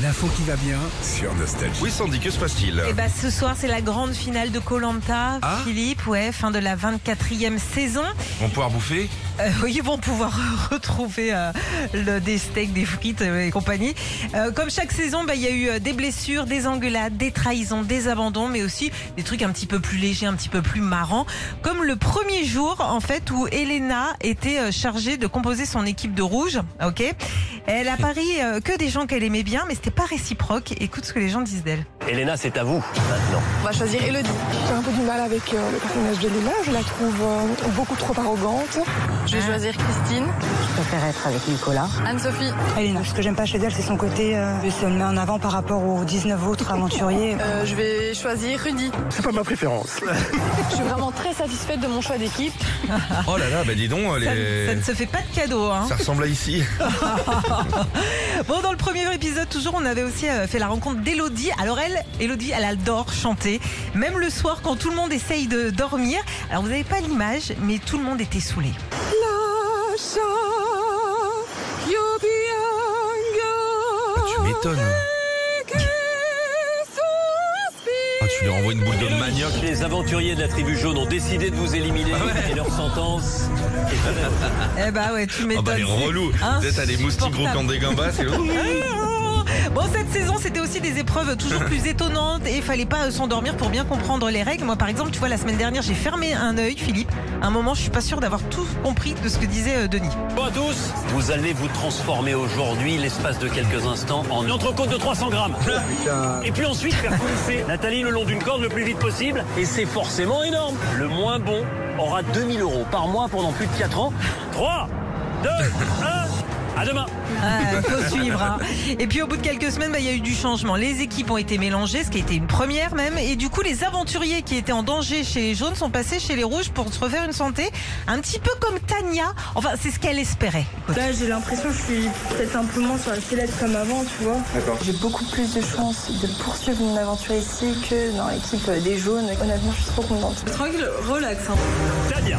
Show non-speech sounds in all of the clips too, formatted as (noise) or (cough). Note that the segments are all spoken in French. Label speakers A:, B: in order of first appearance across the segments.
A: L'info qui va bien sur Nostalgie.
B: Oui, Sandy, que se passe-t-il
C: Et bah ce soir c'est la grande finale de Colanta,
B: Ah.
C: Philippe, ouais, fin de la 24e saison.
B: On pouvoir bouffer
C: Euh, ils vont pouvoir (laughs) retrouver euh, le- des steaks, des frites euh, et compagnie. Euh, comme chaque saison, bah, il y a eu euh, des blessures, des engueulades, des trahisons, des abandons, mais aussi des trucs un petit peu plus légers, un petit peu plus marrants. Comme le premier jour, en fait, où Elena était euh, chargée de composer son équipe de rouge. Ok. Elle a parié euh, que des gens qu'elle aimait bien, mais c'était pas réciproque. Écoute ce que les gens disent d'elle.
D: Elena, c'est à vous maintenant.
E: On va choisir Elodie.
F: J'ai un peu du mal avec euh, le personnage de Lila, je la trouve euh, beaucoup trop arrogante.
E: Je vais choisir Christine.
G: Ah. Je préfère être avec Nicolas.
E: Anne-Sophie.
G: Elena, ce que j'aime pas chez elle, c'est son côté euh, elle se met en avant par rapport aux 19
F: (laughs)
G: autres aventuriers.
E: Euh, je vais choisir Rudy.
H: C'est pas ma préférence.
E: (laughs) Je suis vraiment très satisfaite de mon choix d'équipe.
B: Oh là là, bah dis donc,
C: Ah. Ça,
B: les...
C: ça ne se fait pas de cadeau. Hein.
B: ça ressemble à ici.
C: Bon, dans le premier épisode, toujours, on avait aussi euh, fait la rencontre d'Elodie. Alors, elle, Elodie, elle adore chanter. Même le soir, quand tout le monde essaye de dormir. Alors, vous n'avez pas l'image, mais tout le monde était saoulé.
B: Ah, tu m'étonnes. Ah, tu lui renvoies une boule de manioc.
D: Les aventuriers de la tribu jaune ont décidé de vous éliminer et leur sentence est à la hauteur.
C: Eh bah ouais, tu
B: Ah
C: m'étonnes.
B: bah les relous. Vous êtes à des moustiques
C: Insupportable.
B: roquant des gambas. c'est-
C: (laughs) Ah Bon, cette saison, c'était aussi des épreuves
B: (laughs)
C: toujours plus étonnantes et il fallait pas euh, s'endormir pour bien comprendre les règles. Moi, par exemple, tu vois, la semaine dernière, j'ai fermé un œil, Philippe. À un moment, je suis pas sûre d'avoir tout compris de ce que disait euh, Denis.
D: Bonjour à tous. Vous allez vous transformer aujourd'hui, l'espace de quelques instants, en entrecôte de 300 grammes. Et puis ensuite, faire coulisser (laughs) Nathalie le long d'une corde le plus vite possible. Et c'est forcément énorme. Le moins bon aura 2000 euros par mois pendant plus de 4 ans. 3, 2, 1, à demain.
C: Ah, faut suivre. hein. Et puis au bout de quelques semaines, bah, il y a eu du changement. Les équipes ont été mélangées, ce qui a été une première même. Et du coup, les aventuriers qui étaient en danger chez les jaunes sont passés chez les rouges pour se refaire une santé. Un petit peu comme Tania. Enfin, c'est ce qu'elle espérait. Écoute.
I: Là, j'ai l'impression que je suis peut-être un peu moins sur la sellette comme avant, tu vois.
E: J'ai beaucoup plus de chances de poursuivre mon aventure ici que dans l'équipe des jaunes. Honnêtement, je suis trop contente.
I: Tranquille, relax.
D: Tania,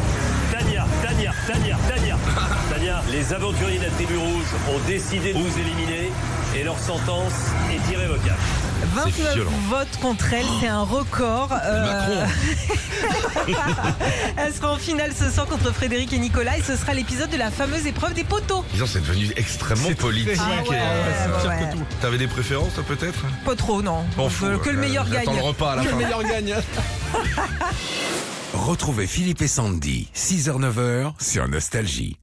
D: Tania, Tania, Tania, (laughs) Tania. Tania, les aventuriers de la tribu rouge ont décidé de vous éliminer et leur sentence est irrévocable.
C: 29
B: violent.
C: votes contre elle, c'est un record. Euh,
B: hein.
C: (laughs) elle sera en finale ce soir contre Frédéric et Nicolas et ce sera l'épisode de la fameuse épreuve des poteaux.
B: Disons, c'est devenu extrêmement politique.
C: Ah ouais,
B: et, euh,
C: ouais,
B: ça-
C: ouais.
B: T'avais des préférences, toi, peut-être
C: Pas trop, non.
B: M'en
C: On
B: fous,
C: veut que le
B: euh,
C: meilleur
B: j'attends
C: gagne.
B: le repas à la fin.
A: Retrouvez Philippe et Sandy, 6h-9h sur Nostalgie.